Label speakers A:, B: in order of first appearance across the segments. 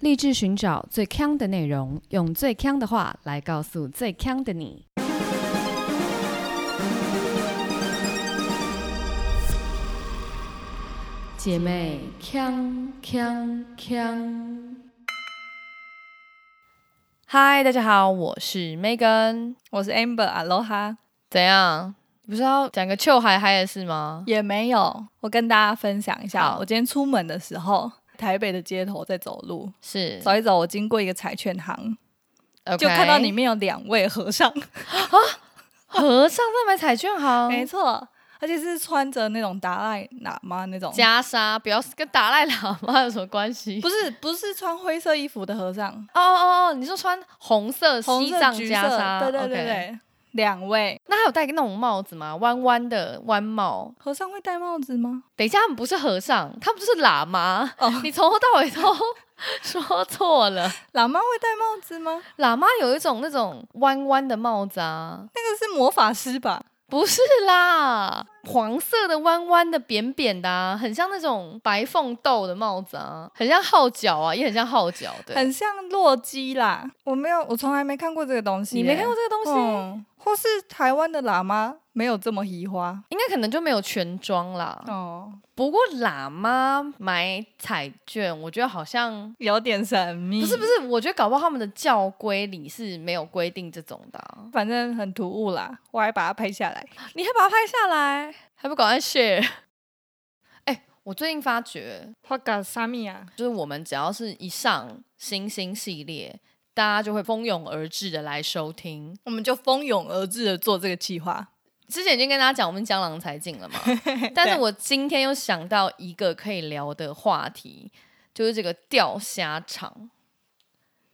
A: 立志寻找最强的内容，用最强的话来告诉最强的你。姐妹，强强强！
B: 嗨，大家好，我是 Megan。
C: 我是 Amber Aloha，
B: 怎样？你不是要讲个秋嗨嗨的事吗？
C: 也没有，我跟大家分享一下，
B: 好
C: 我今天出门的时候，台北的街头在走路，
B: 是
C: 走一走，我经过一个彩券行
B: o
C: 就看到里面有两位和尚，
B: 和尚在买彩券行，
C: 没错，而且是穿着那种达赖喇嘛那种，
B: 袈裟，不要跟达赖喇嘛有什么关系？
C: 不是不是穿灰色衣服的和尚，
B: 哦哦哦，你说穿红色
C: 红
B: 西
C: 色
B: 藏
C: 橘
B: 袈
C: 色，
B: 裟，
C: 对对对
B: OK
C: 对，两位
B: 那还有戴那种帽子吗？弯弯的弯帽。
C: 和尚会戴帽子吗？
B: 等一下，他们不是和尚，他们就是喇嘛。
C: 哦
B: 你从头到尾都 说错了。
C: 喇嘛会戴帽子吗？
B: 喇嘛有一种那种弯弯的帽子啊，
C: 那个是魔法师吧？
B: 不是啦，黄色的弯弯的扁扁的、啊，很像那种白凤豆的帽子啊，很像号角啊，也很像号角。对，
C: 很像洛基啦，我没有，我从来没看过这个东西耶、
B: 你没看过这个东西，
C: 嗯，或是台湾的喇嘛没有这么移花
B: 应该可能就没有全装啦。
C: 哦，
B: 不过喇嘛买彩券，我觉得好像。嗯
C: 有点神秘。
B: 不是不，是，我觉得搞不好他们的教规里是没有规定这种的啊、
C: 反正很突兀啦，我还把它拍下来。
B: 你还把它拍下来，还不赶快 share？哎、我最近发觉，
C: 帕嘎萨米亚，
B: 就是我们只要是一上星星系列，大家就会蜂拥而至的来收听。
C: 我们就蜂拥而至的做这个计划。
B: 之前已经跟大家讲我们江郎才尽 了嘛，但是我今天又想到一个可以聊的话题，就是这个钓虾场。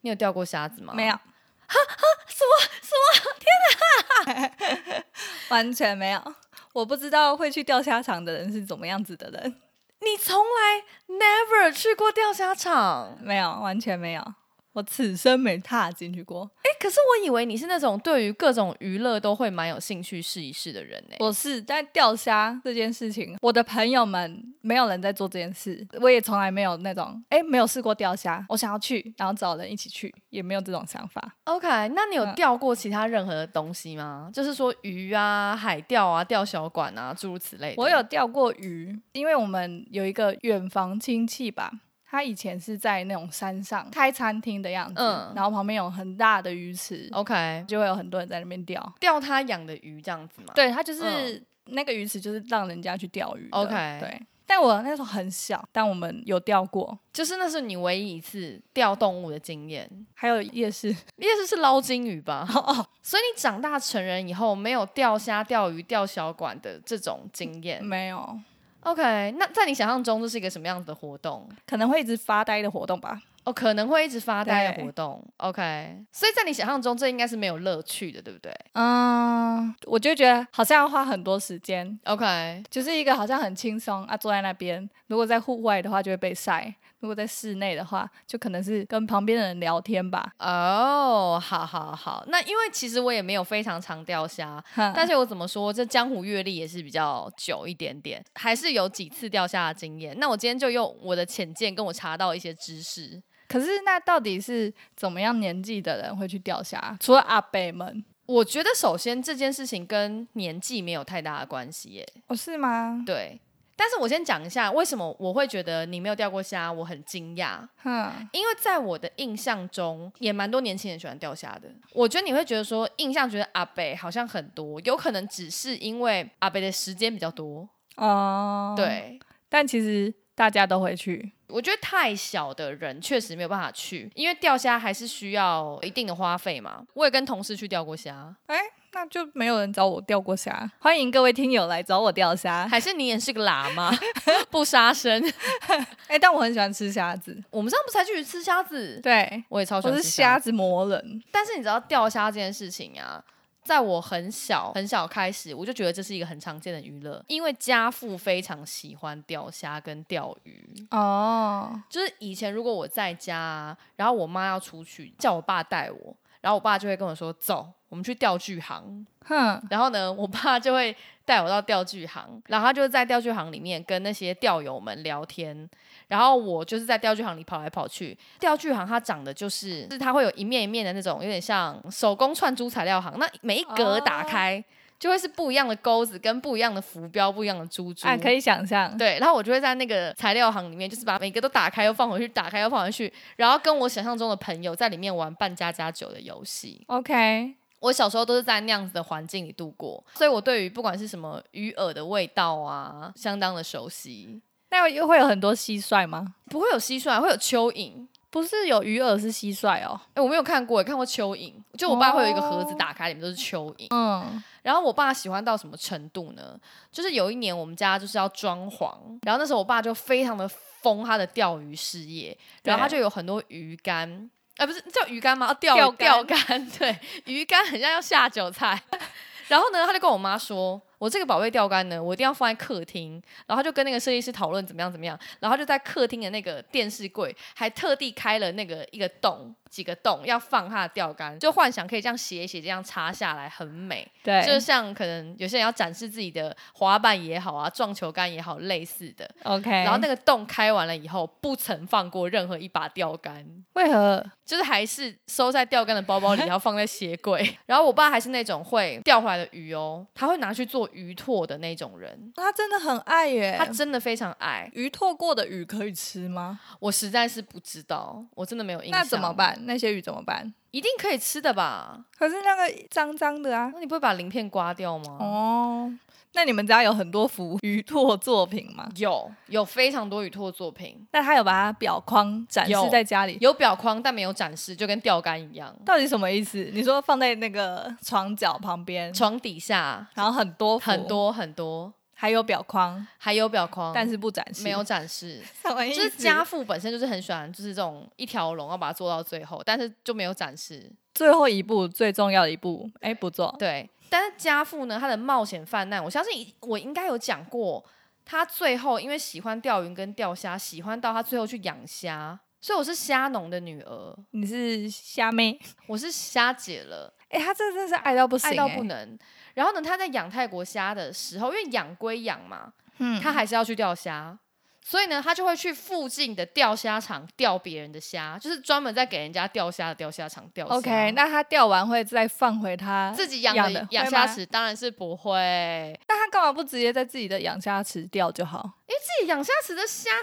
B: 你有钓过虾子吗？
C: 没有，哈哈，什么什么？天哪， 完全没有。我不知道会去钓虾场的人是怎么样子的人，
B: 你从来 never 去过钓虾场。
C: 没有，完全没有。我此生没踏进去过。
B: 哎、可是我以为你是那种对于各种娱乐都会蛮有兴趣试一试的人呢、
C: 我是，但钓虾这件事情，我的朋友们没有人在做这件事，我也从来没有那种，哎，没有试过钓虾，我想要去，然后找人一起去，也没有这种想法。
B: OK，那你有
C: 嗯
B: 钓过其他任何的东西吗？就是说鱼啊、海钓啊、钓小管啊，诸如此类的。
C: 我有钓过鱼，因为我们有一个远房亲戚吧，他以前是在那种山上开餐厅的样子，
B: 嗯
C: 然后旁边有很大的鱼池，哦
B: OK
C: 就会有很多人在那边钓。
B: 钓他养的鱼这样子吗？，
C: 对，他就是、
B: 嗯
C: 那个鱼池，就是让人家去钓鱼的。
B: OK
C: 对。但我那时候很小，但我们有钓过，
B: 就是那是你唯一一次钓动物的经验，
C: 还有夜市。
B: 也是是捞金鱼吧。
C: 哦
B: 所以你长大成人以后，没有钓虾、钓鱼、钓小管的这种经验。
C: 没有，
B: OK，那在你想象中这是一个什么样的活动？
C: 可能会一直发呆的活动吧。
B: 哦，可能会一直发呆的
C: 对
B: 活动。OK，所以在你想象中，这应该是没有乐趣的，对不对
C: 嗯，我就觉得好像要花很多时间，
B: ？OK，
C: 就是一个好像很轻松啊，坐在那边。如果在户外的话，就会被晒；如果在室内的话，就可能是跟旁边的人聊天吧。
B: 哦，好好好，那因为其实我也没有非常常钓虾，但
C: 但
B: 是我怎么说，这江湖阅历也是比较久一点点，还是有几次钓虾的经验。那我今天就用我的浅见跟我查到一些知识。
C: 可是那到底是怎么样年纪的人会去钓虾？除了阿北们，
B: 我觉得首先这件事情跟年纪没有太大的关系耶，
C: 哦，是吗？
B: 对。但是我先讲一下为什么我会觉得你没有钓过虾，我很惊讶。
C: 哼，
B: 因为在我的印象中，也蛮多年轻人喜欢钓虾的。我觉得你会觉得说，印象觉得阿北好像很多，有可能只是因为阿北的时间比较多。
C: 哦，，
B: 对，
C: 但其实大家都会去。
B: 我觉得太小的人确实没有办法去，因为钓虾还是需要一定的花费 嘛。我也跟同事去钓过虾，
C: 哎，那就没有人找我钓过虾。欢迎各位听友来找我钓虾。
B: 还是你也是个喇嘛，不杀生。
C: 哎、但我很喜欢吃虾子，
B: 我们上次不才去吃虾子，
C: 对，
B: 我也超喜
C: 我
B: 欢
C: 是
B: 吃虾
C: 虾子魔人。
B: 但是你知道钓虾这件事情啊，在我很小很小开始，我就觉得这是一个很常见的娱乐，因为家父非常喜欢钓虾跟钓鱼。
C: 哦，
B: 就是以前如果我在家啊，然后我妈要出去，叫我爸带我。然后我爸就会跟我说：“走，我们去钓具行。”
C: 哼，
B: 然后呢，我爸就会带我到钓具行，然后他就在钓具行里面跟那些钓友们聊天，然后我就是在钓具行里跑来跑去。钓具行它长的就是，就是它会有一面一面的那种，有点像手工串珠材料行，那每一格
C: 哦
B: 打开、就会是不一样的钩子、跟不一样的浮标、不一样的珠珠。
C: 哎、可
B: 以。
C: 以想象，
B: 对，然后我就会在那个材料行里面，就是把每个都打开又放回去，打开又放回去，然后跟我想象中的朋友在里面玩扮家家酒的游戏。
C: ，OK，
B: 我小时候都是在那样子的环境里度过，所以我对于不管是什么鱼饵的味道啊，相当的熟悉。
C: 那又会有很多蟋蟀吗？
B: 不会有蟋蟀，啊会有蚯蚓。
C: 不是有鱼饵是蟋蟀哦，
B: 哎、我没有看过，看过蚯蚓。就我爸会有一个盒子，
C: 哦
B: 打开里面都是蚯蚓。
C: 嗯，
B: 然后我爸喜欢到什么程度呢？就是有一年我们家就是要装潢，然后那时候我爸就非常的疯他的钓鱼事业，然后他就
C: 对
B: 有很多鱼竿。啊，不是叫鱼竿吗？啊，钓
C: 钓
B: 钓竿，对，鱼竿很像要下酒菜。 然后呢，他就跟我妈说：“我这个宝贝钓竿呢，我一定要放在客厅。”然后他就跟那个设计师讨论怎么样怎么样，然后他就在客厅的那个电视柜还特地开了那个一个洞，几个洞要放他的钓竿，就幻想可以这样斜斜这样插下来，很美。
C: 对，
B: 就像可能有些人要展示自己的滑板也好啊，撞球杆也好，类似的。
C: OK，
B: 然后那个洞开完了以后，不曾放过任何一把钓竿，
C: 为何
B: 就是还是收在钓竿的包 包里，然后放在鞋柜。然后我爸还是那种会钓回来的鱼哦，他会拿去做鱼拓的那种人，
C: 他真的很爱耶
B: 他真的非常爱。
C: 鱼透过的鱼可以吃吗？
B: 我实在是不知道，我真的没有印象。
C: 那怎么？办？那些鱼怎么办？
B: 一定可以吃的吧？
C: 可是那个脏脏的啊。
B: 那你不会把鳞片刮掉吗？
C: 哦，那你们家有很多幅鱼拓作品吗？
B: 有有非常多鱼拓作品，
C: 那他有把它表框展示
B: 有
C: 在家里？
B: 有表框但没有展示，就跟钓竿一样。
C: 到底什么意思？你说放在那个床角旁边，
B: 床底下
C: 然后很多幅
B: 很，多很多，
C: 还有表框，
B: 还有表框，
C: 但是不展示，
B: 没有展示。
C: 哦 什么意
B: 就
C: 思？
B: 是家父本身就是很喜欢，就是这种一条龙要把它做到最后，但是就没有展示。
C: 最后一步最重要的一步，哎，不做，
B: 对，但是家父呢，他的冒险泛滥，我相信一我应该有讲过，他最后因为喜欢钓鱼跟钓虾，喜欢到他最后去养虾，所以我是虾农的女儿，
C: 你是虾妹，
B: 我是虾姐了。
C: 哎，他这真是爱到不行，
B: 爱到不欸
C: 哎，
B: 能。然后呢，他在养泰国虾的时候，因为养归养嘛，
C: 嗯
B: 他还是要去钓虾，所以呢，他就会去附近的钓虾场钓别人的虾，就是专门在给人家钓虾的钓虾场钓虾。
C: OK，那他钓完会再放回他
B: 自己养
C: 养
B: 的
C: 的
B: 养
C: 会
B: 虾
C: 吗
B: 池当然是不会，
C: 那他干嘛不直接在自己的养虾池钓就好？
B: 自己养虾池的虾他又要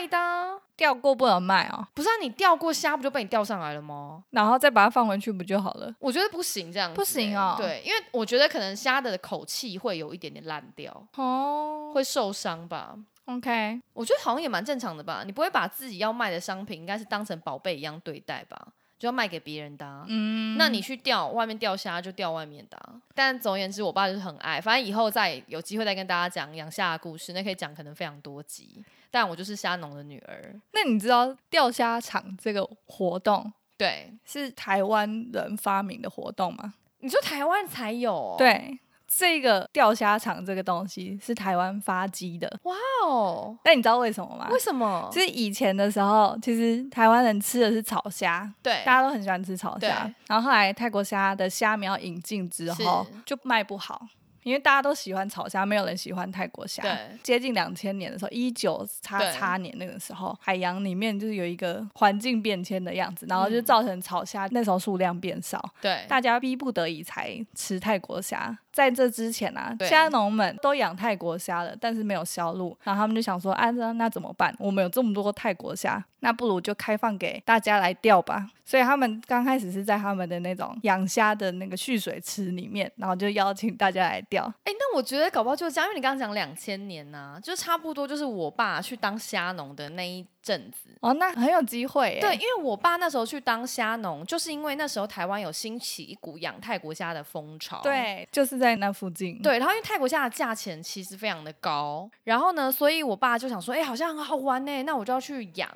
B: 卖的啊、
C: 钓过不能卖哦，
B: 不是啊？你钓过虾不就被你钓上来了吗？
C: 然后再把它放回去不就好了？
B: 我觉得不行，这样
C: 不
B: 子
C: 行
B: 欸
C: 哦
B: 对，因为我觉得可能虾的口气会有一点点烂掉，
C: 哦
B: 会受伤吧。
C: ，OK，
B: 我觉得好像也蛮正常的吧，你不会把自己要卖的商品应该是当成宝贝一样对待吧？就要卖给别人的、啊。
C: 嗯，
B: 那你去钓外面钓虾就钓外面的啊、但总而言之，我爸就是很爱。反正以后再有机会再跟大家讲养虾的故事，那可以讲可能非常多集。但我就是虾农的女儿，
C: 那你知道钓虾场这个活动
B: 对。
C: 是台湾人发明的活动吗？
B: 你说台湾才有、哦？，
C: 对，这个钓虾场这个东西是台湾发迹的。
B: 哦，
C: 但你知道为什么吗？
B: 为什么？
C: 就是以前的时候，其实台湾人吃的是炒虾，
B: 对，
C: 大家都很喜欢吃炒虾
B: 对。
C: 然后后来泰国虾的虾苗引进之后
B: 是，
C: 就卖不好，因为大家都喜欢炒虾，没有人喜欢泰国虾。
B: 对
C: 接近两千年的时候，一九叉叉年那个时候，海洋里面就是有一个环境变迁的样子，然后就
B: 嗯
C: 造成炒虾那时候数量变少，
B: 对
C: 大家逼不得已才吃泰国虾。在这之前啊，
B: 对
C: 虾农们都养泰国虾了，但是没有销路，然后他们就想说，啊，那那怎么办？我们有这么多泰国虾，那不如就开放给大家来钓吧。所以他们刚开始是在他们的那种养虾的那个蓄水池里面，然后就邀请大家来钓。
B: 哎、那我觉得搞不好就是这样，因为你刚刚讲两千年呐、就差不多就是我爸去当虾农的那一阵子。
C: 哦，那很有机会耶。
B: 对，因为我爸那时候去当虾农，就是因为那时候台湾有兴起一股养泰国虾的风潮。。
C: 对，就是在那附近。，
B: 对，然后因为泰国虾的价钱其实非常的高，然后呢，所以我爸就想说，哎、好像很好玩呢、那我就要去养。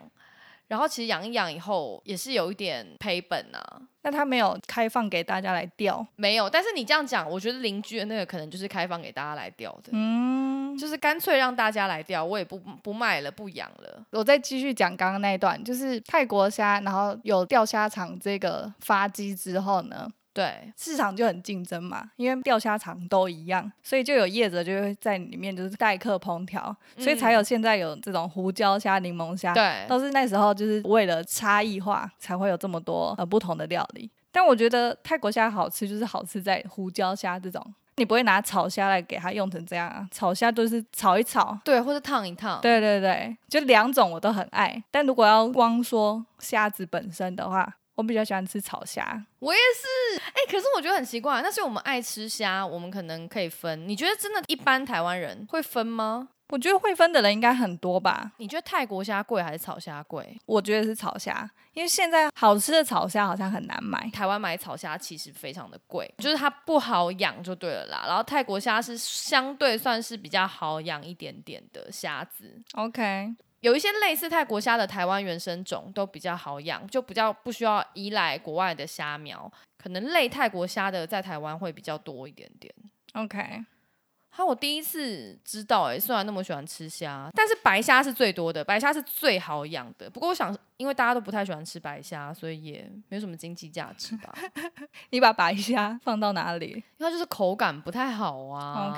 B: 然后其实养一养以后，也是有一点赔本啊，
C: 那他没有开放给大家来钓。
B: 没有。但是你这样讲，我觉得邻居的那个可能就是开放给大家来钓的，
C: 嗯，
B: 就是干脆让大家来钓，我也不不卖了，不养了。
C: 我再继续讲刚刚那一段，就是泰国虾，然后有钓虾场这个发迹之后呢，
B: 对，
C: 市场就很竞争嘛，因为钓虾场都一样，所以就有业者就会在里面就是代客烹调，所以才有现在有这种胡椒虾、柠檬虾，
B: 对，
C: 啊都是那时候就是为了差异化才会有这么多呃不同的料理。但我觉得泰国虾好吃，就是好吃在胡椒虾这种，你不会拿炒虾来给它用成这样啊，炒虾都是炒一炒，
B: 对，或者烫一烫，
C: 对对对，就两种我都很爱。但如果要光说虾子本身的话，我比较喜欢吃炒虾。
B: 我也是，哎、可是我觉得很奇怪，那是我们爱吃虾，我们可能可以分。你觉得真的，一般台湾人会分吗？
C: 我觉得会分的人应该很多吧，
B: 你觉得泰国虾贵还是炒虾贵？
C: 我觉得是炒虾，因为现在好吃的炒虾好像很难买。
B: 台湾买炒虾其实非常的贵，就是它不好养就对了啦。然后泰国虾是相对算是比较好养一点点的虾子，
C: OK，
B: 有一些类似泰国虾的台湾原生种都比较好养，就比较不需要依赖国外的虾苗。可能类泰国虾的在台湾会比较多一点点。
C: OK，
B: 还有我第一次知道、欸，哎，虽然那么喜欢吃虾，但是白虾是最多的，白虾是最好养的。不过我想，因为大家都不太喜欢吃白虾，所以也没有什么经济价值吧。
C: 你把白虾放到哪里？
B: 因为它就是口感不太好啊。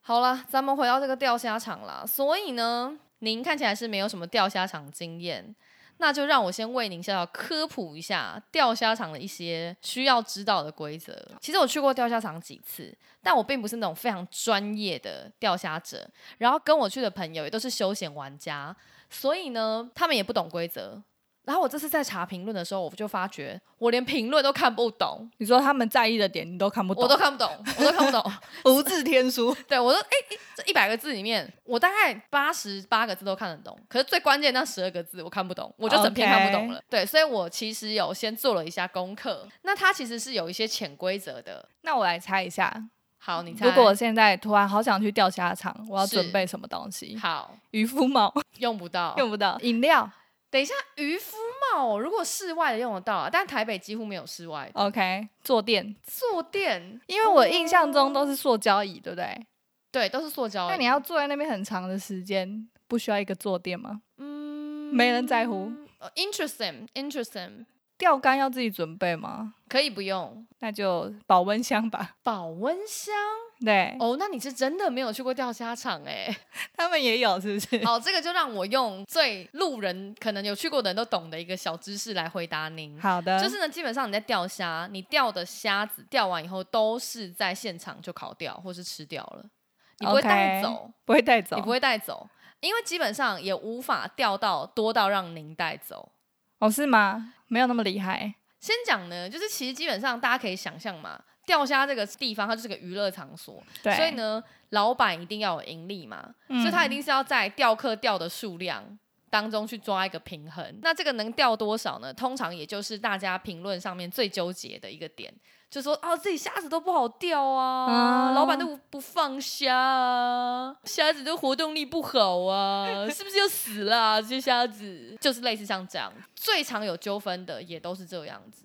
B: 好了，咱们回到这个钓虾场啦。所以呢，您看起来是没有什么钓虾场经验，那就让我先为您小小科普一下钓虾场的一些需要知道的规则。其实我去过钓虾场几次，但我并不是那种非常专业的钓虾者，然后跟我去的朋友也都是休闲玩家，所以呢，他们也不懂规则。然后我这次在查评论的时候，我就发觉我连评论都看不懂，
C: 你说他们在意的点你都看不懂，
B: 我都看不懂，我都看不懂。
C: 无字天书。
B: 对我说，哎、诶这一百个字里面，我大概八十八个字都看得懂，可是最关键那十二个字我看不懂，我就整篇看不懂了。对，所以我其实有先做了一下功课。那它其实是有一些潜规则的。
C: 那我来猜一下，
B: 好，你猜。
C: 如果我现在突然好想去钓虾场，我要
B: 是
C: 准备什么东西？
B: 好
C: 渔夫帽
B: 用不到，
C: 用不到，饮料。
B: 等一下渔夫帽，如果室外的用得到啊，但台北几乎没有室外的
C: OK，坐垫，
B: 坐垫，
C: 因为我印
B: 哦
C: 象中都是塑胶椅，对不对？
B: 对，都是塑胶而已。
C: 那你要坐在那边很长的时间，不需要一个坐垫吗？
B: 嗯
C: 没人在乎。
B: 呃，interesting，interesting，
C: 钓竿要自己准备吗？
B: 可以不用
C: 那就保温箱吧。
B: 保温箱。
C: 对，
B: 哦，那你是真的没有去过钓虾场哎、
C: 他们也有，是 不是？
B: 哦好，这个就让我用最路人可能有去过的人都懂的一个小知识来回答您。
C: 好的，
B: 就是呢，基本上你在钓虾，你钓的虾子钓完以后都是在现场就烤掉或是吃掉了，你不会带
C: OK，
B: 走
C: 不会带走。
B: 你不会带走，因为基本上也无法钓到多到让您带走。
C: 哦，是吗？没有那么厉害。
B: 先讲呢，就是其实基本上大家可以想象嘛，钓虾这个地方它就是个娱乐场所，
C: 对，
B: 所以呢，老板一定要有盈利嘛，
C: 嗯
B: 所以他一定是要在钓客钓的数量当中去抓一个平衡。那这个能钓多少呢？通常也就是大家评论上面最纠结的一个点，就说啊，自己虾子都不好钓啊，
C: 啊
B: 老板都不不放虾啊，虾子都活动力不好啊， 是不是要死了、啊、这些虾子？就是类似像这样，最常有纠纷的也都是这样子。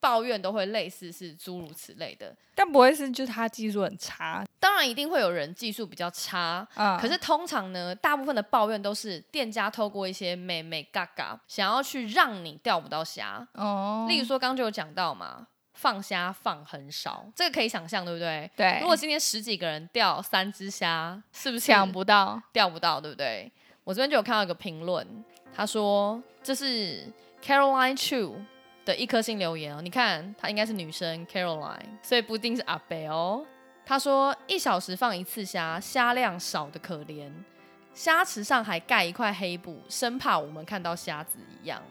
B: 抱怨都会类似是诸如此类的，
C: 但不会是就是他技术很差
B: 当然一定会有人技术比较差，
C: 啊？
B: 可是通常呢，大部分的抱怨都是店家透过一些美美嘎嘎，想要去让你钓不到虾。
C: 哦，
B: 例如说，刚刚就有讲到嘛，放虾放很少，这个可以想象，对不对？
C: 对，
B: 如果今天十几个人钓三只虾，是不是
C: 抢不到，
B: 钓不到，对不对？我这边就有看到一个评论，他说这是 Caroline Chu 的一颗星留言哦。你看，她应该是女生 Caroline，所以不一定是阿北哦。他说一小时放一次虾，虾量少的可怜，虾池上还盖一块黑布，生怕我们看到虾子一样。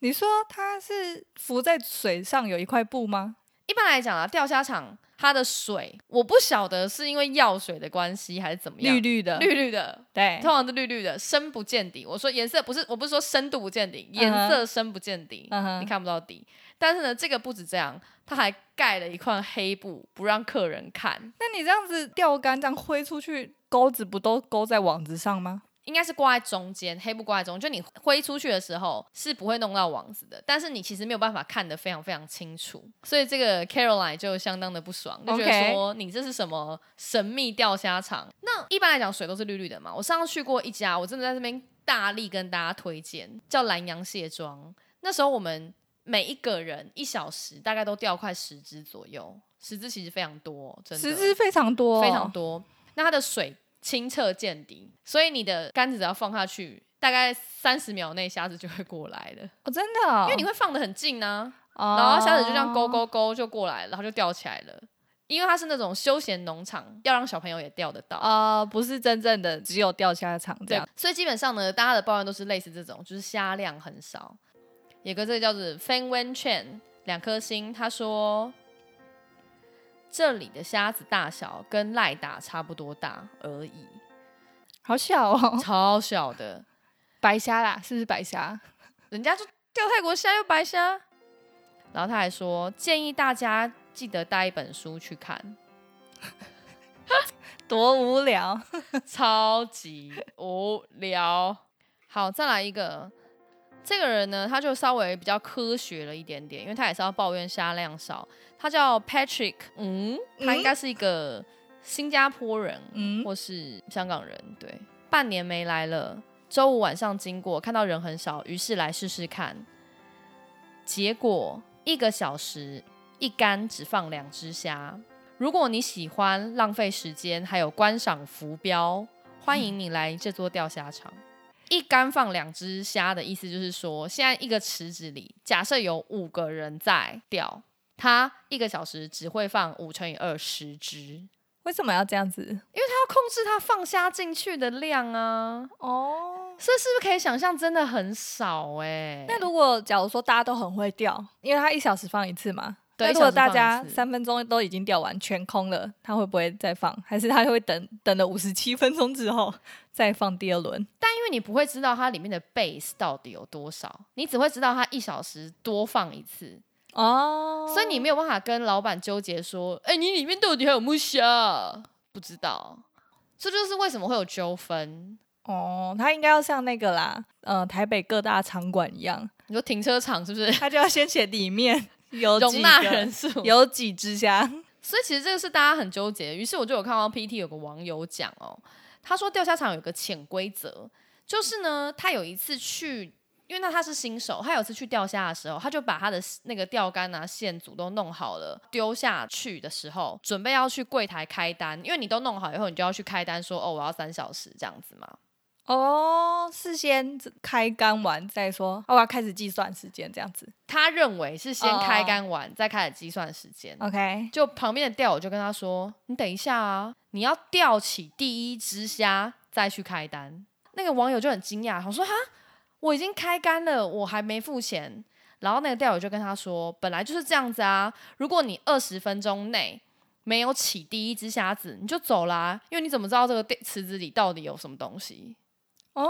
C: 你说他是浮在水上有一块布吗？
B: 一般来讲啊，钓虾场它的水，我不晓得是因为药水的关系还是怎么样，
C: 绿绿的，
B: 绿绿的，
C: 对，
B: 通常是绿绿的，深不见底。我说颜色不是，我不是说深度不见底，
C: 嗯哼
B: 颜色深不见底
C: 嗯哼
B: 你看不到底。但是呢，这个不止这样，它还盖了一块黑布，不让客人看。
C: 那你这样子钓竿这样挥出去，钩子不都勾在网子上吗？
B: 应该是挂在中间，黑布挂在中间，就你挥出去的时候是不会弄到网子的，但是你其实没有办法看得非常非常清楚，所以这个 Caroline 就相当的不爽，就觉得
C: OK
B: 说你这是什么神秘钓虾场？那一般来讲水都是绿绿的嘛，我上次去过一家，我真的在这边大力跟大家推荐，叫南洋卸妆，那时候我们每一个人一小时大概都钓快十只左右，十只其实非常多，真的
C: 十只非常多，哦
B: 非常。多。那它的水清澈见底，所以你的杆子只要放下去，大概三十秒内虾子就会过来了，
C: 哦，真的哦、
B: 因为你会放的很近呢、
C: 哦，
B: 然后虾子就这样勾勾勾就过来了，然后就吊起来了。因为它是那种休闲农场，要让小朋友也钓得到。
C: 呃，不是真正的只有钓虾场这
B: 对
C: 样。，
B: 所以基本上呢，大家的抱怨都是类似这种，就是虾量很少。也跟这个叫做 Fan Wen Chen 两颗星，他说这里的虾子大小跟赖打差不多大而已，
C: 好小哦，
B: 超小的，
C: 白虾啦，是不是白虾？
B: 人家就钓泰国虾又白虾。然后他还说，建议大家记得带一本书去看，
C: 多无聊。
B: 超级无聊。好，再来一个。这个人呢，他就稍微比较科学了一点点，因为他也是要抱怨虾量少。他叫 Patrick，嗯，他应该是一个新加坡人，
C: 嗯，
B: 或是香港人，对，半年没来了。周五晚上经过，看到人很少，于是来试试看。结果一个小时一竿只放两只虾。如果你喜欢浪费时间，还有观赏浮标，欢迎你来这座钓虾场。一竿放两只虾的意思就是说，现在一个池子里，假设有五个人在钓，它一个小时只会放五乘以二十只。
C: 为什么要这 样子？
B: 要控制它放虾进去的量啊，
C: 哦，
B: 所以是不是可以想象真的很少哎、
C: 那如果假如说大家都很会钓，因为他一小时放一次嘛。
B: 对
C: 那如果大
B: 一小
C: 家
B: 时放一次
C: 三分钟都已经钓完全空了，他会不会再放？还是他会等等了五十七分钟之后 再放第二轮？
B: 但因为你不会知道它里面的 base 到底有多少，你只会知道它一小时多放一次，
C: 哦，
B: 所以你没有办法跟老板纠结说，哎、你里面到底还有没有虾 啊？不知道，这就是为什么会有纠纷。
C: 哦，他应该要像那个啦，呃，台北各大场馆一样，
B: 你说停车场是不是
C: 他就要先写里面有
B: 容
C: 几
B: 纳
C: 个
B: 人数？
C: 有几只虾，
B: 所以其实这个是大家很纠结。于是我就有看到 PT 有个网友讲哦，他说钓虾场有个潜规则，就是呢，他有一次去。因为那他是新手，他有一次去钓虾的时候，他就把他的那个钓竿啊、线组都弄好了，丢下去的时候，准备要去柜台开单，因为你都弄好以后，你就要去开单说哦，我要三小时这样子嘛。
C: 哦，事先开竿完再说，哦，我要开始计算时间这样子。
B: 他认为是先
C: 哦
B: 开竿完再开始计算时间，
C: OK，
B: 就旁边的钓友就跟他说：“你等一下啊，你要钓起第一只虾再去开单。”那个网友就很惊讶，他说：“哈，我已经开竿了，我还没付钱。”然后那个钓友就跟他说：“本来就是这样子啊，如果你二十分钟内没有起第一只虾子，你就走啦，因为你怎么知道这个地池子里到底有什么东西？
C: 哦，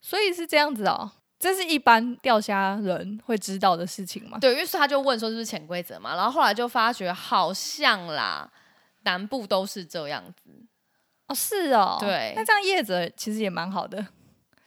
C: 所以是这样子哦，这是一般钓虾人会知道的事情吗？
B: 对，于是他就问说是不是潜规则嘛，然后后来就发觉好像啦，南部都是这样子。”
C: 哦，是哦，
B: 对
C: 那这样业者其实也蛮好的，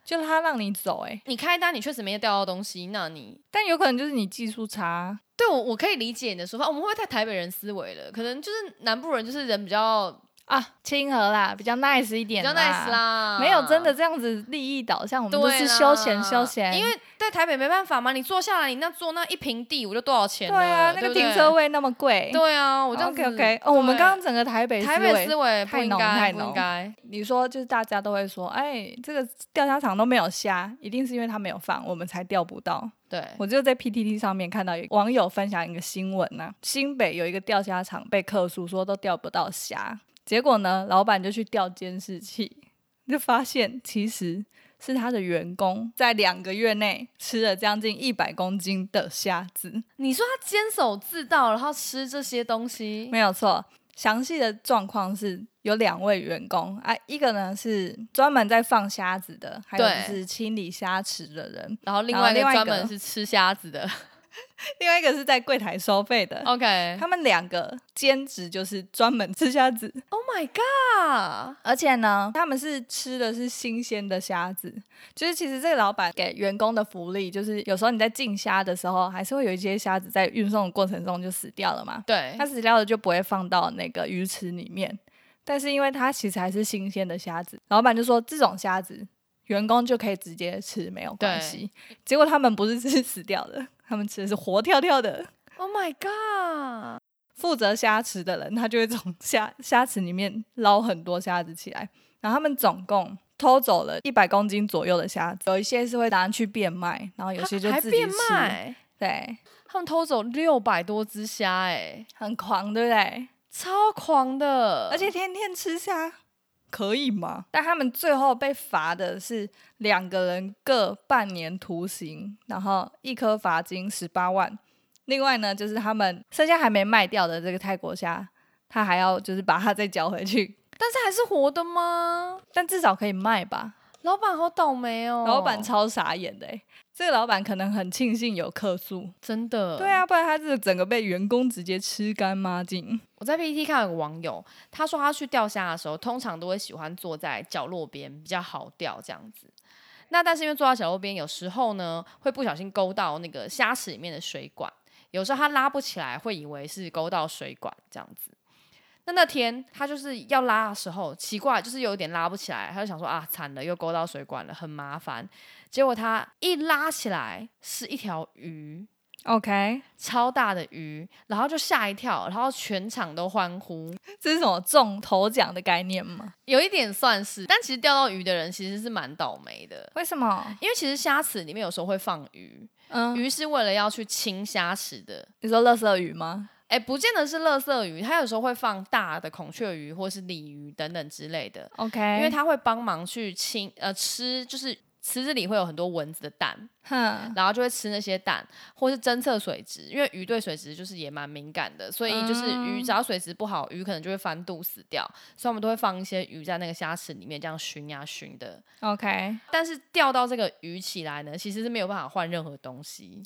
C: 就他让你走、欸，
B: 你开单，你确实没有钓到东西，那你
C: 但有可能就是你技术差，
B: 对我我可以理解你的说法。我们会不会太台北人思维了？可能就是南部人就是人比较
C: 啊，亲和啦，比较 nice
B: 比
C: 一点，
B: 较 nice。啦，
C: 没有真的这样子利益导向，我们
B: 对
C: 都
B: 啦，
C: 是休闲休闲，
B: 因为在台北没办法嘛，你坐下来，你那坐那一平地，我就多少钱
C: 对
B: 了？
C: 啊，那
B: 对
C: 个
B: 不对
C: 停车，位那么贵，
B: 对啊，我这样
C: OK
B: 子
C: OK，哦，我们
B: 对
C: 刚刚整个台北
B: 台
C: 思
B: 北
C: 维
B: 思维不
C: 太
B: 应
C: 浓太
B: 该，不
C: 浓
B: 应该，
C: 你说就是大家都会说，哎，这个钓虾场都没有虾，一定是因为它没有放，我们才钓不到。
B: 对，
C: 我就在 PTT 上面看到有网友分享一个新闻呐、新北有一个钓虾场被客诉说都钓不到虾，结果呢，老板就去调监视器，就发现其实是他的员工在两个月内吃了将近一百公斤的虾子，
B: 你说他坚守自盗，然后吃这些东西，
C: 没有错。详细的状况是有两位员工啊，一个呢是专门在放虾子的，还有
B: 对
C: 就是清理虾池的人，
B: 然后另
C: 然后
B: 外一个
C: 另外一
B: 专
C: 个
B: 门是吃虾子的，
C: 另外一个是在柜台收费的。
B: OK，Oh
C: 他们两个兼职就是专门吃虾子，
B: Oh my god，
C: 而且呢，他们是吃的是新鲜的虾子，就是其实这个老板给员工的福利，就是有时候你在进虾的时候，还是会有一些虾子在运送的过程中就死掉了嘛，
B: 对
C: 它，死掉了就不会放到那个鱼池里面，但是因为它其实还是新鲜的虾子，老板就说这种虾子员工就可以直接吃，没有关
B: 对
C: 系。结果他们不是吃死掉的，他们吃的是活跳跳的。
B: Oh my god！
C: 负责虾池的人，他就会从虾虾池里面捞很多虾子起来，然后他们总共偷走了一百公斤左右的虾子，有一些是会拿去变卖，然后有些就
B: 啊还还
C: 自己
B: 变
C: 吃，
B: 卖，
C: 对，
B: 他们偷走六百多只虾，哎，
C: 很狂，对不对？
B: 超狂的，
C: 而且天天吃虾，可以吗？但他们最后被罚的是两个人各半年徒刑，然后一颗罚金十八万。另外呢，就是他们剩下还没卖掉的这个泰国虾，他还要就是把它再交回去
B: 但是还是活的吗？
C: 但至少可以卖吧。
B: 老板好倒霉哦，
C: 老板超傻眼的、欸，这个老板可能很庆幸有客诉，
B: 真的，
C: 对啊，不然他这整个被员工直接吃干抹净。
B: 我在 PPT 看到有个网友，他说他去钓虾的时候，通常都会喜欢坐在角落边，比较好钓这样子。那但是因为坐在角落边，有时候呢会不小心勾到那个虾池里面的水管，有时候他拉不起来，会以为是勾到水管这样子。那那天他就是要拉的时候，奇怪就是有点拉不起来，他就想说啊惨了，又勾到水管了，很麻烦。结果他一拉起来是一条鱼，
C: OK，
B: 超大的鱼，然后就吓一跳，然后全场都欢呼，
C: 这是什么中头奖的概念吗？
B: 有一点算是，但其实钓到鱼的人其实是蛮倒霉的，
C: 为什么？
B: 因为其实虾池里面有时候会放鱼，
C: 嗯，
B: 鱼是为了要去清虾池的。
C: 你说乐色鱼吗？
B: 哎，不见得是垃圾鱼，它有时候会放大的孔雀鱼或是鲤鱼等等之类的，
C: ？OK，
B: 因为它会帮忙去清呃吃，就是池子里会有很多蚊子的蛋，
C: 哼，
B: 然后就会吃那些蛋，或是侦测水质，因为鱼对水质就是也蛮敏感的，所以就是鱼
C: 嗯
B: 只要水质不好，鱼可能就会翻肚死掉，所以我们都会放一些鱼在那个虾池里面这样熏呀熏的。
C: OK，
B: 但是钓到这个鱼起来呢，其实是没有办法换任何东西，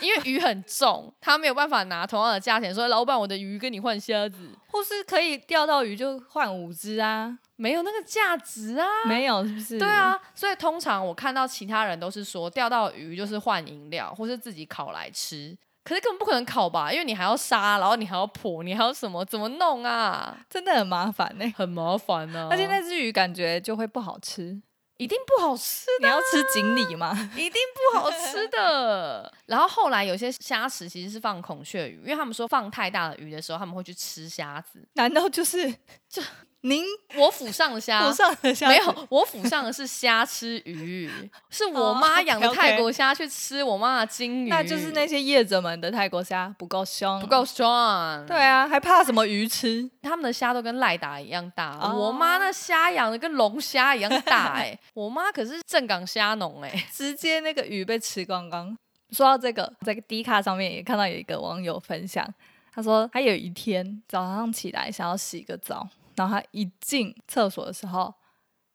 B: 因为鱼很重，他没有办法拿同样的价钱说老板我的鱼跟你换虾子，
C: 或是可以钓到鱼就换五只啊？
B: 没有那个价值啊。
C: 没有，是不是？
B: 对，啊，所以通常我看到其他人都是说钓到鱼就是换饮料，或是自己烤来吃。可是根本不可能烤吧，因为你还要杀，然后你还要剖，你还要什么，怎么弄啊？
C: 真的很麻烦啊呢、
B: 很麻烦呢、
C: 而且那只鱼感觉就会不好吃，
B: 一定不好吃，
C: 你要吃锦鲤吗？
B: 一定不好吃的。 然后后来有些虾池其实是放孔雀鱼，因为他们说放太大的鱼的时候，他们会去吃虾子。
C: 难道就是
B: 这
C: 您
B: 我府上的 虾
C: 头上的虾
B: 没
C: 子
B: 有，我府上的是虾吃鱼，是我
C: 哦
B: 妈养的
C: OK，OK
B: 泰国虾去吃我妈的金鱼，
C: 那就是那些业者们的泰国虾不够凶，
B: 不够 strong。
C: 对啊，还怕什么鱼吃？
B: 他们的虾都跟赖达一样大，
C: 哦
B: 我妈那虾养的跟龙虾一样大 哎、我妈可是正港虾农哎，
C: 直接那个鱼被吃光光。说到这个，在 D 卡上面也看到有一个网友分享，他说他有一天早上起来想要洗个澡，然后他一进厕所的时候，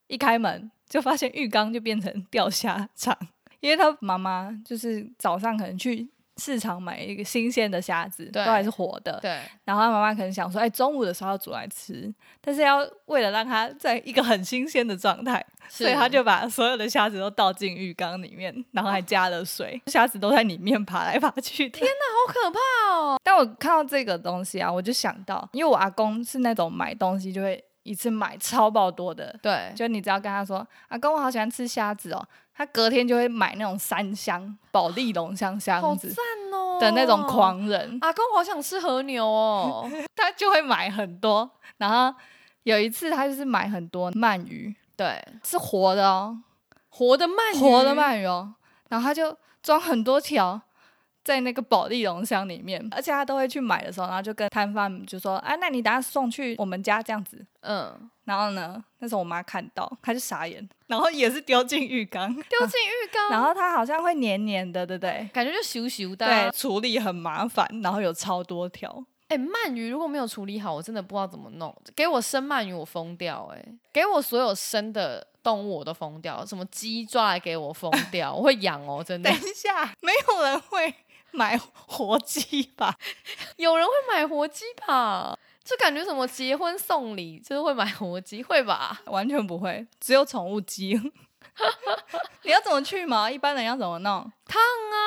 C: 一开门就发现浴缸就变成钓虾场，因为他妈妈就是早上可能去市场买一个新鲜的虾子，都
B: 对
C: 还是活的，
B: 对，
C: 然后他妈妈可能想说，哎，中午的时候要煮来吃，但是要为了让它在一个很新鲜的状态，所以
B: 是哦
C: 他就把所有的虾子都倒进浴缸里面，然后还加了水，虾子都在里面爬来爬去。天哪！
B: 好可怕哦，
C: 但我看到这个东西啊，我就想到，因为我阿公是那种买东西就会一次买超爆多的，
B: 对，
C: 就你只要跟他说，阿公我好喜欢吃虾子哦，他隔天就会买那种三箱保利龙箱
B: 好
C: 箱子
B: 赞哦
C: 的那种。狂人。
B: 阿公好想吃和牛 哦，
C: 他就会买很多。然后有一次，他就是买很多鳗鱼，
B: 对，
C: 是活的哦，
B: 活的鳗鱼，
C: 活的鳗鱼哦。然后他就装很多条在那个保利龙箱里面，而且他都会去买的时候，然后就跟摊贩就说：“啊，那你等下送去我们家这样子。
B: 嗯，”
C: 然后呢，那时候我妈看到，她就傻眼，然后也是丢进浴缸，
B: 丢进浴缸，
C: 然后它好像会黏黏的，对不对？
B: 感觉就咻咻的啊。
C: 对，处理很麻烦，然后有超多条。
B: 哎，鳗鱼如果没有处理好，我真的不知道怎么弄。给我生鳗鱼，我疯掉哎、给我所有生的动物我都疯掉，什么鸡抓来给我疯掉，我会痒哦，真的
C: 等。一下，没有人会买活鸡吧。
B: 有人会买活鸡吧？这感觉什么结婚送礼就是会买活鸡，会吧？
C: 完全不会，只有宠物鸡。 你要怎么去嘛？一般人要怎么弄
B: 烫啊！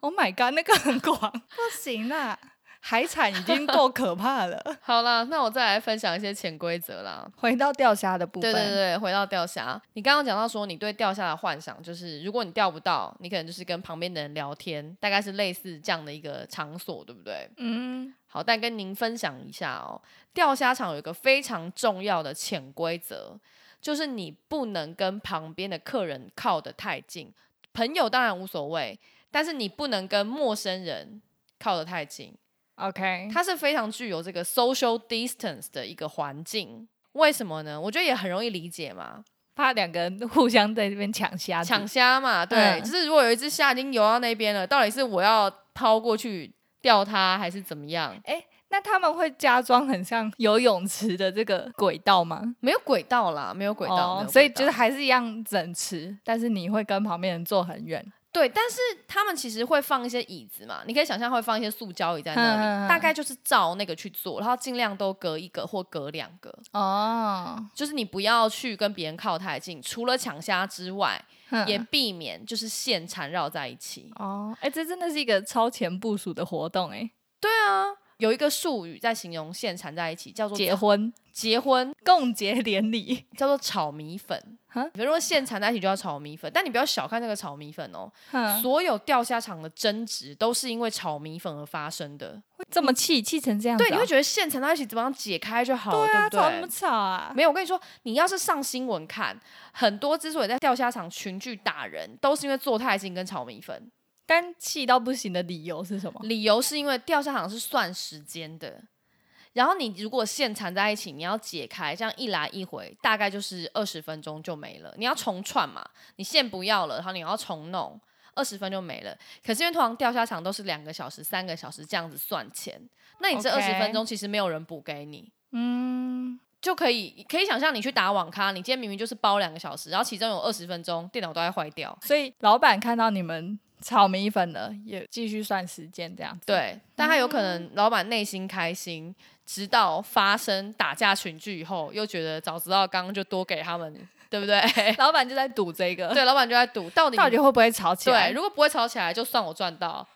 C: ？Oh my god，那个很广， 不行啦， 海产已经够可怕了。
B: 好啦，那我再来分享一些潜规则啦。
C: 回到钓虾的部分，
B: 对对对，回到钓虾，你刚刚讲到说你对钓虾的幻想就是，如果你钓不到，你可能就是跟旁边的人聊天，大概是类似这样的一个场所，对不对？
C: 嗯，
B: 好，但跟您分享一下哦，钓虾场有一个非常重要的潜规则，就是你不能跟旁边的客人靠得太近。朋友当然无所谓，但是你不能跟陌生人靠得太近。
C: OK，
B: 它是非常具有这个 social distance 的一个环境。为什么呢？我觉得也很容易理解嘛，
C: 怕两个人互相在这边抢虾子
B: 抢虾嘛，对，
C: 嗯
B: 就是如果有一只虾已经游到那边了，到底是我要抛过去钓它，还是怎么样？
C: 哎、那他们会假装很像游泳池的这个轨道吗？
B: 没有轨道啦，没有轨道，没有
C: 哦，
B: 轨
C: 所以就是
B: 道
C: 还是一样整池，但是你会跟旁边人坐很远。
B: 对，但是他们其实会放一些椅子嘛，你可以想象会放一些塑胶椅在那里，
C: 嗯嗯嗯
B: 大概就是照那个去做，然后尽量都隔一个或隔两个，
C: 哦，
B: 就是你不要去跟别人靠太近，除了抢虾之外，
C: 哼
B: 也避免就是线缠绕在一起。
C: 哦，哎、这真的是一个超前部署的活动、哎诶
B: 对啊，有一个术语在形容线缠在一起，叫
C: 哎，
B: 做
C: 结婚
B: 结婚，
C: 共结连 理，
B: 叫做炒米粉
C: 啊。
B: 比如说线缠在一起就要炒米粉，但你不要小看这个炒米粉哦，
C: 哼，
B: 所有钓虾场的争执都是因为炒米粉而发生的。
C: 这么气气成这样子、啊
B: 对，你会觉得现成在一起怎么样解开就好了，
C: 对啊，
B: 不
C: 吵什么
B: 对？
C: 吵啊？
B: 没有，我跟你说，你要是上新闻看，很多之所以在钓虾场群聚打人，都是因为做太近跟炒米粉。
C: 但气到不行的理由是什么？
B: 理由是因为钓虾场是算时间的，然后你如果线缠在一起，你要解开，这样一来一回，大概就是二十分钟就没了。你要重串嘛，你线不要了，然后你要重弄，二十分就没了。可是因为通常钓虾场都是两个小时、三个小时这样子算钱，那你这二
C: OK
B: 十分钟其实没有人补给你。
C: 嗯，
B: 就可以可以想象你去打网咖，你今天明明就是包两个小时，然后其中有二十分钟电脑都在坏掉。
C: 所以老板看到你们炒米粉了，也继续算时间这样子。，
B: 对，但他有可
C: 哦
B: 能老板内心开心，直到发生打架群聚以后，又觉得早知道刚刚就多给他们，对不对？
C: 老板就在赌这个，
B: 对，老板就在赌到底
C: 到底会不会吵起
B: 对，
C: 来？
B: 如果不会吵起来，就算我赚到；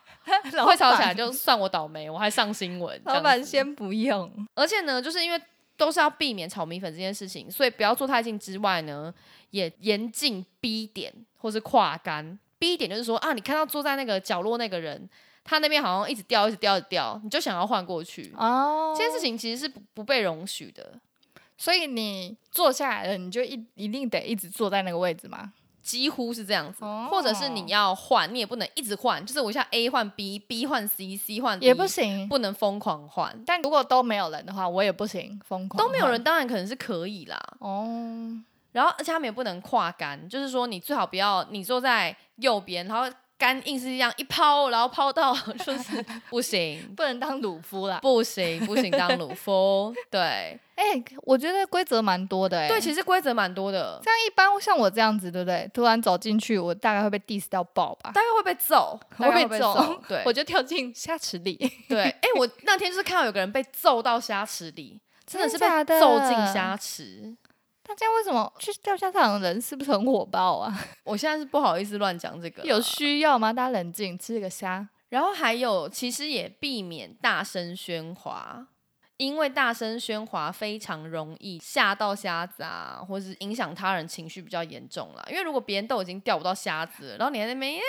C: 对
B: 会吵起来，就算我倒霉，我还上新闻。这
C: 老
B: 样
C: 板
B: 子
C: 先不用。
B: 而且呢，就是因为都是要避免炒米粉这件事情，所以不要做太近之外呢，也严禁 B 点或是跨杆。B 点就是说啊，你看到坐在那个角落那个人，他那边好像一直掉，一直掉，一直掉，你就想要换过去。
C: 哦
B: 这件事情其实是不不被容许的，
C: 所以你坐下来了，你就一一定得一直坐在那个位置吗？
B: 几乎是这样子。
C: 哦
B: 或者是你要换，你也不能一直换，就是我一下 A 换 B，B 换 C，C 换 D，
C: 也不行。
B: 不能疯狂换。
C: 但如果都没有人的话，我也不行，疯狂
B: 都没有人，当然可能是可以啦。
C: 哦。
B: 然后而且他们也不能跨杆，就是说你最好不要你坐在右边，然后杆硬是这样一抛，然后抛到就是 不行
C: 不能当鲁夫啦！
B: 不行不行当鲁夫，对
C: 哎、我觉得规则蛮多的哎、
B: 对，其实规则蛮多的，
C: 这样一般像我这样子，对不对？突然走进去，我大概会被 diss 到爆吧？
B: 大概会被揍，大
C: 我
B: 概
C: 被
B: 会被
C: 揍
B: 揍，对
C: 我就跳进虾池里。
B: 对，哎，我那天就是看到有个人被揍到虾池里，真的是被
C: 真假的
B: 揍进虾池。
C: 大家为什么去钓虾场的人是不是很火爆啊？
B: 我现在是不好意思乱讲这个啦，
C: 有需要吗？大家冷静，吃个虾。
B: 然后还有，其实也避免大声喧哗，因为大声喧哗非常容易吓到瞎子啊，或是影响他人情绪比较严重啦。因为如果别人都已经钓不到瞎子了，然后你还在那边，啊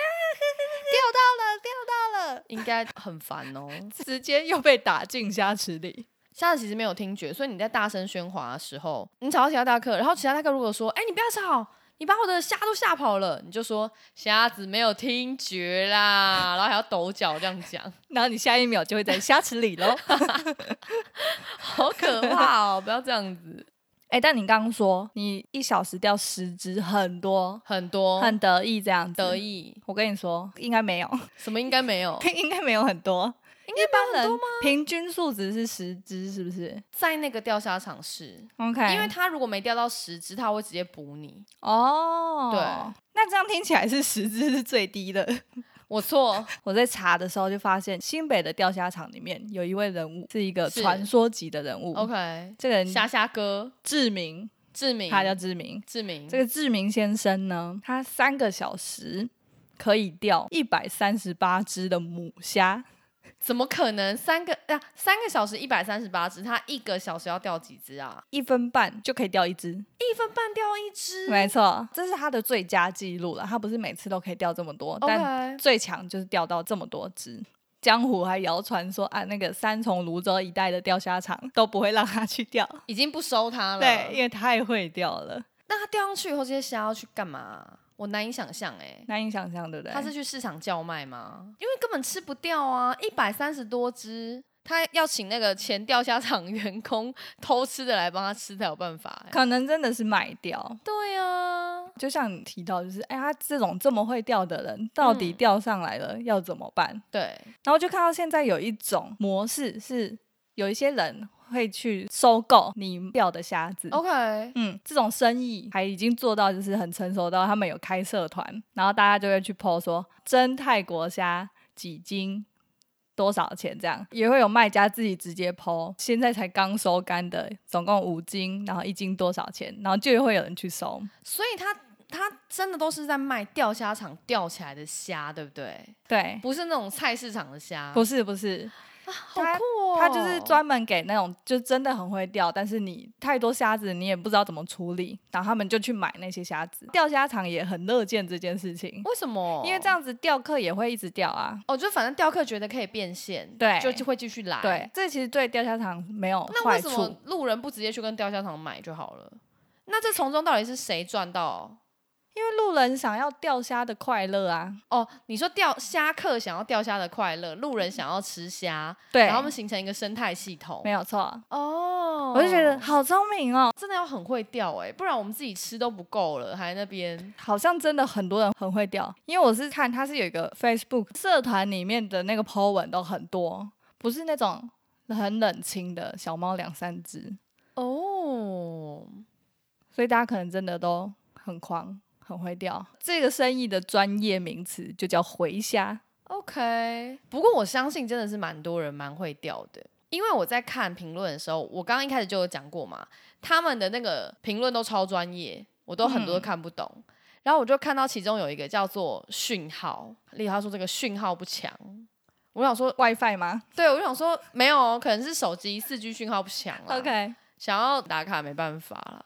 C: 钓到了，钓到了，
B: 应该很烦哦。
C: 直接又被打进虾池里。
B: 瞎子其实没有听觉，所以你在大声喧哗的时候，你吵到其他大客，然后其他大客如果说：“哎，你不要吵。”你把我的虾都吓跑了，你就说瞎子没有听觉啦，然后还要抖脚这样讲，
C: 然后你下一秒就会在虾池里喽。
B: 好可怕哦！不要这样子，
C: 哎、但你刚刚说你一小时钓十只，很多，
B: 很多
C: 很得意这样子。
B: 哦得，意，
C: 我跟你说，应该没有，，
B: 什么应该没有
C: 应该没有很多。
B: 应该没有很多吗？
C: 平均数值是十只，是不是
B: 在那个钓虾场是，
C: ？OK，
B: 因为他如果没钓到十只，他会直接补你。
C: 哦，
B: 对，
C: 那这样听起来是十只是最低的。
B: 我错，
C: 我在查的时候就发现，新北的钓虾场里面有一位人物是一个
B: 是
C: 传说级的人物。
B: OK，
C: 这个人
B: 虾虾哥，
C: 志明，
B: 志明，
C: 他叫志明。
B: 志明，
C: 这个志明先生呢，他三个小时可以钓一百三十八只的母虾，
B: 怎么可能三个啊？三个小时一百三十八只，他一个小时要钓几只啊？
C: 一分半就可以钓一只。
B: 一分半钓一只
C: 没错，这是他的最佳记录了。他不是每次都可以钓这么
B: 哦
C: 多，但
B: ，OK，
C: 最强就是钓到这么多只。江湖还谣传说啊，那个三重、泸州一带的钓虾场都不会让他去钓，
B: 已经不收他了。
C: 对，因为太会钓了，
B: 那他钓上去以后，这些虾要去干嘛？啊我难以想象哎、
C: 难以想象，对不对？
B: 他是去市场叫卖吗？因为根本吃不掉啊，一百三十多只，他要请那个前钓虾场员工偷吃的来帮他吃才有办法、欸。
C: 可能真的是卖掉，
B: 对啊，
C: 就像你提到，就是哎，他这种这么会钓的人，到底
B: 嗯
C: 钓上来了要怎么办？
B: 对，
C: 然后就看到现在有一种模式是有一些人会去收购你钓的虾子。
B: OK，
C: 嗯，这种生意还已经做到就是很成熟到他们有开社团，然后大家就会去 PO 说真泰国虾几斤多少钱这样，也会有卖家自己直接 PO，现在才刚收干的，总共五斤，然后一斤多少钱，然后就会有人去收。
B: 所以他他真的都是在卖钓虾场钓起来的虾，对不对？
C: 对，
B: 不是那种菜市场的虾，
C: 不是不是，
B: 好酷哦！
C: 他就是专门给那种就真的很会钓，但是你太多虾子你也不知道怎么处理，然后他们就去买那些虾子。钓虾场也很乐见这件事情，
B: 为什么？
C: 因为这样子钓客也会一直钓啊。
B: 哦，就反正钓客觉得可以变现，
C: 对
B: 就就会继续来。
C: 对，，这其实对钓虾场没有
B: 那
C: 哦坏
B: 为什么
C: 处。
B: 路人不直接去跟钓虾场买就好了？那这从中到底是谁赚到？
C: 因为路人想要钓虾的快乐啊，
B: 哦，你说钓虾客想要钓虾的快乐，路人想要吃虾，
C: 对
B: 然，后他们形成一个生态系统
C: 没。有错。
B: 哦，
C: 我就觉得好聪明哦，
B: 真的要很会钓哎、不然我们自己吃都不够了，还在那边。
C: 好像真的很多人很会钓，因为我是看他是有一个 Facebook 社团里面的那个 po 文都很多，不是那种很冷清的小猫两三只，
B: 哦，
C: 所以大家可能真的都很狂，很会钓。这个生意的专业名词就叫回虾。
B: OK，不过我相信真的是蛮多人蛮会钓的，因为我在看评论的时候，我刚刚一开始就有讲过嘛，他们的那个评论都超专业，我都很多都看不懂。然后我就看到其中有一个叫做讯号，例如他说这个讯号不强，我想说，
C: WiFi 吗
B: 对我就想说没有哦，可能是手机四 G 讯号不强啦
C: ？OK，
B: 想要打卡没办法啦。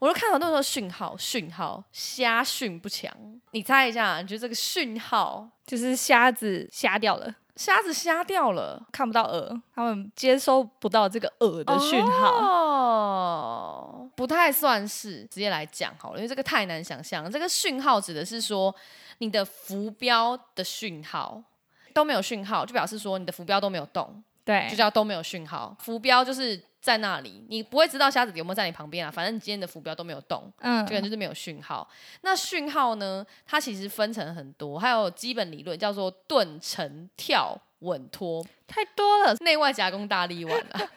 B: 我就看到那时候讯号，讯号瞎讯不强，你猜一下，你觉得这个讯号
C: 就是虾子瞎掉了，
B: 瞎子瞎掉了？
C: 看不到饵，他们接收不到这个饵的讯号。
B: 哦，不太算是直接来讲好了，因为这个太难想象了。这个讯号指的是说你的浮标的讯号都没有讯号，就表示说你的浮标都没有动，
C: 对
B: 就，叫都没有讯号。浮标就是在那里，你不会知道虾子有没有在你旁边啊，反正你今天的浮标都没有动。
C: 嗯
B: 这个人就是没有讯号。那讯号呢？它其实分成很多，还有基本理论叫做顿沉跳稳拖，
C: 太多了。
B: 内外夹攻大力丸啊。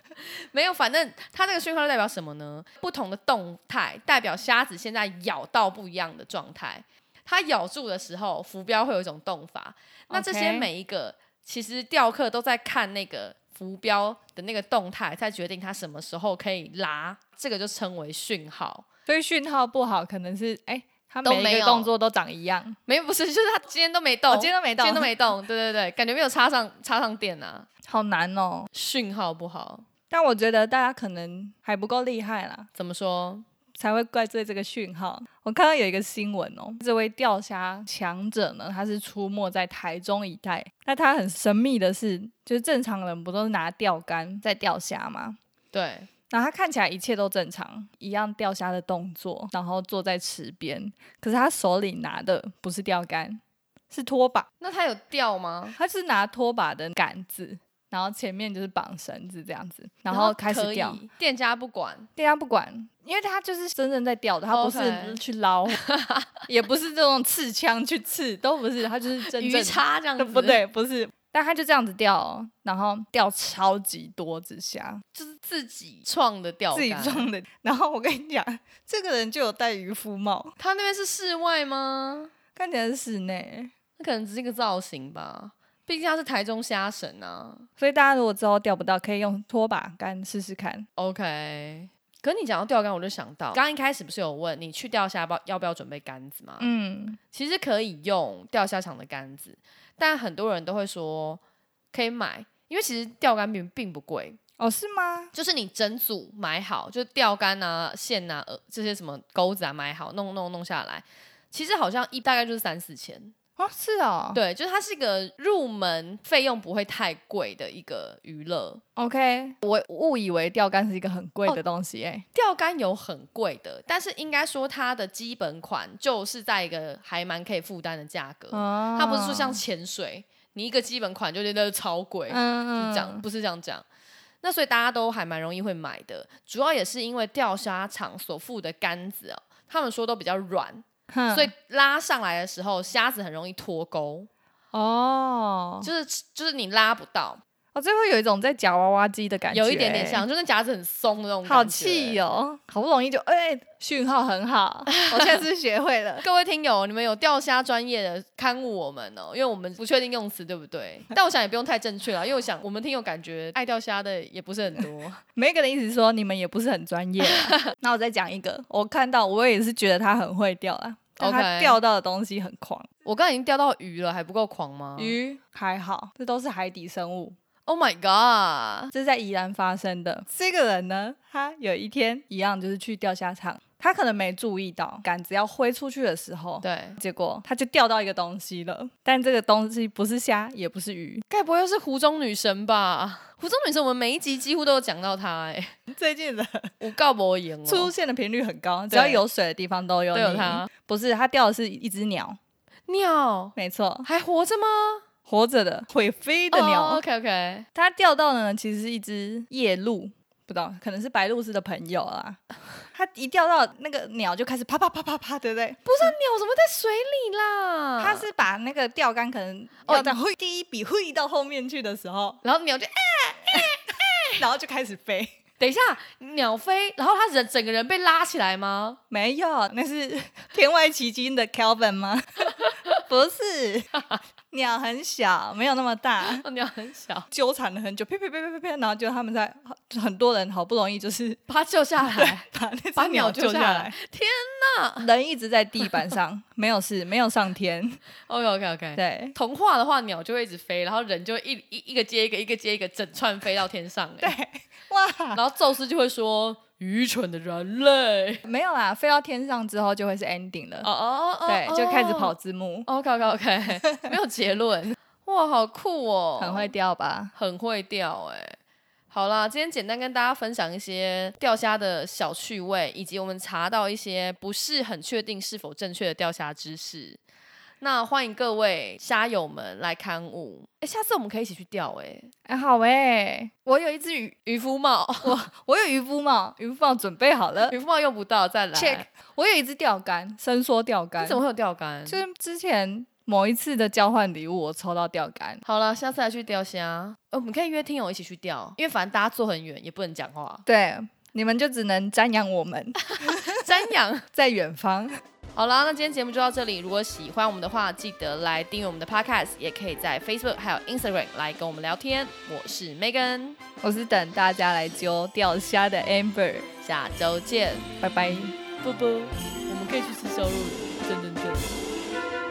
B: 没有，反正它这个讯号代表什么呢？不同的动态代表虾子现在咬到不一样的状态。它咬住的时候，浮标会有一种动法。那这些
C: OK
B: 每一个其实钓客都在看那个浮标的那个动态，才决定它什么时候可以拉，这个就称为讯号。
C: 所以讯号不好，可能是哎，他
B: 都
C: 每
B: 没
C: 一
B: 有
C: 个动作都长一样。
B: 没不是，就是他今天都没动，
C: 哦今天都没动
B: 今天都没动，对对对，感觉没有插上插上电啊，
C: 好难哦。
B: 讯号不好，
C: 但我觉得大家可能还不够厉害啦，
B: 怎么说？
C: 才会怪罪这个讯号。我看到有一个新闻哦，这位钓虾强者呢，他是出没在台中一带。那他很神秘的是，就是正常人不都是拿钓竿在钓虾吗？
B: 对，
C: 然后他看起来一切都正常，一样钓虾的动作，然后坐在池边。可是他手里拿的不是钓竿，是拖把，
B: 那他有掉吗？
C: 他是拿拖把的杆子，然后前面就是绑绳子这样子，然
B: 后
C: 后开始钓
B: 可。以，店家不管，
C: 店家不管，因为他就是真正在钓的，他不
B: OK
C: 是去 捞也不是这种刺枪去刺，都不是，他就是真正
B: 鱼叉这样子，
C: 不，对，不是。但他就这样子钓哦，然后钓超级多只虾，
B: 就是自己创的钓
C: 自己
B: 竿。
C: 装的。 然后我跟你讲，这个人就有戴渔夫帽，
B: 他那边是室外吗？
C: 看起来是室内，
B: 那可能只是一个造型吧，毕竟它是台中虾神啊。
C: 所以大家如果之后钓不到，可以用拖把竿试试看。
B: OK，可你讲到钓竿，我就想到刚一开始不是有问你去钓虾包要不要准备杆子吗？
C: 嗯，
B: 其实可以用钓虾场的杆子，但很多人都会说可以买，因为其实钓竿并并不贵，
C: 哦，是吗？
B: 就是你整组买好，就是钓竿啊、线啊、呃这些什么钩子啊买好，弄弄弄下来，其实好像一大概就是三四千。
C: 哦，是哦。
B: 对，就是它是一个入门费用不会太贵的一个娱乐。
C: OK，我哦误以为钓竿是一个很贵的东西欸诶、
B: 钓竿有很贵的，但是应该说它的基本款就是在一个还蛮可以负担的价格。
C: 哦
B: 它不是说像潜水，你一个基本款就觉得超贵，
C: 嗯
B: 是这样，不是这样讲。那所以大家都还蛮容易会买的，主要也是因为钓虾场所附的杆子哦，他们说都比较软，
C: 嗯
B: 所以拉上来的时候虾子很容易脱钩，
C: 哦，
B: 就是就是你拉不到，
C: 哦，这会有一种在夹娃娃机的感觉、欸
B: 有一点点，像，就跟夹子很松的那种感觉。。
C: 好气哦，好不容易就哎，讯、号很 好，我现在是学会了
B: 各位听友，你们有钓虾专业的刊物我们哦，因为我们不确定用词对不对，但我想也不用太正确了，因为我想我们听友感觉爱钓虾的也不是很多。
C: 每一个人一直说你们也不是很专业啊、 那我再讲一个，我看到我也是觉得他很会钓啊，但他
B: OK
C: 钓到的东西很狂，
B: 我刚刚已经钓到鱼了，还不够狂吗？
C: 鱼还好，这都是海底生物，
B: Oh my god！
C: 这是在宜兰发生的。这个人呢，他有一天一样就是去钓虾场，他可能没注意到杆子要挥出去的时候，
B: 对，
C: 结果他就钓到一个东西了，但这个东西不是虾，也不是鱼。
B: 该不会又是湖中女神吧？湖中女神，我们每一集几乎都有讲到她、哎，
C: 最近的
B: 我告我赢
C: 出
B: 哦，
C: 现的频率很高，只要有水的地方都有
B: 都
C: 你。
B: 有她。
C: 不是他钓的是一只鸟，
B: 鸟
C: 没错，
B: 还活着吗？
C: 活着的会飞的鸟。
B: o k OK，
C: 他钓到的呢，其实是一只夜鹭，不知道可能是白鹭鸶的朋友 啦。他一钓到那个鸟就开始啪啪啪啪啪，对不对？
B: 不是鸟怎么会在水里啦？
C: 他，是把那个钓竿可能
B: 哦
C: 要在挥第一笔挥到后面去的时 候，
B: 然后鸟就、哎
C: 然后就开始飞。
B: 等一下，鸟飞，然后它人整个人被拉起来吗？
C: 没有，那 是天外奇经的 Kelvin 吗？不是，鸟很小，没有那么大。
B: 哦鸟很小，
C: 纠缠了很久，呸呸呸呸呸呸，然后就他们在很多人好不容易就是
B: 把它救下 来。
C: 把那
B: 把
C: 只
B: 鸟
C: 救
B: 救下来啊
C: 来。天哪！人一直在地板上， 没有事，没有 上天。
B: OK OK OK。
C: 对
B: 童话的话，鸟就会一直飞，然后人就会一一一个接一个，一个接一个，整串飞到天上、哎。
C: 对，哇，
B: 然后宙斯就会说：“愚蠢的人类。
C: 没有啦，飞到天上之后就会是 ending 了。”
B: 哦哦哦，
C: 对，就开始跑
B: 哦。
C: 字幕，
B: OK OK OK，没有结论。哇，好酷哦，
C: 很会钓吧？
B: 很会钓哎、好啦，今天简单跟大家分享一些钓虾的小趣味，以及我们查到一些不是很确定是否正确的钓虾知识。那欢迎各位虾友们来刊物，哎，下次我们可以一起去钓哎、
C: 哎，好哎，我有一只鱼，
B: 渔夫帽，
C: 我有渔夫帽，渔夫帽准备好 了
B: 渔夫帽用不到，再来。
C: ，check。我有一只钓竿，伸缩钓竿
B: 你，怎么会有钓竿？
C: 就是之前某一次的交换礼物，我抽到钓竿。，
B: 好了，下次来去钓虾。呃，我们可以约听友一起去钓，因为反正大家坐很远，也不能讲话
C: 对，你们就只能瞻仰我们
B: 瞻仰。
C: 在远方。
B: 好啦，那今天节目就到这里。如果喜欢我们的话，记得来订阅我们的 Podcast，也可以在 Facebook 还有 Instagram 来跟我们聊天。我是 Megan，
C: 我是等大家来揪钓虾的 Amber，
B: 下周见，
C: 拜拜。
B: 啵啵。我们可以去吃烧肉了，真真真。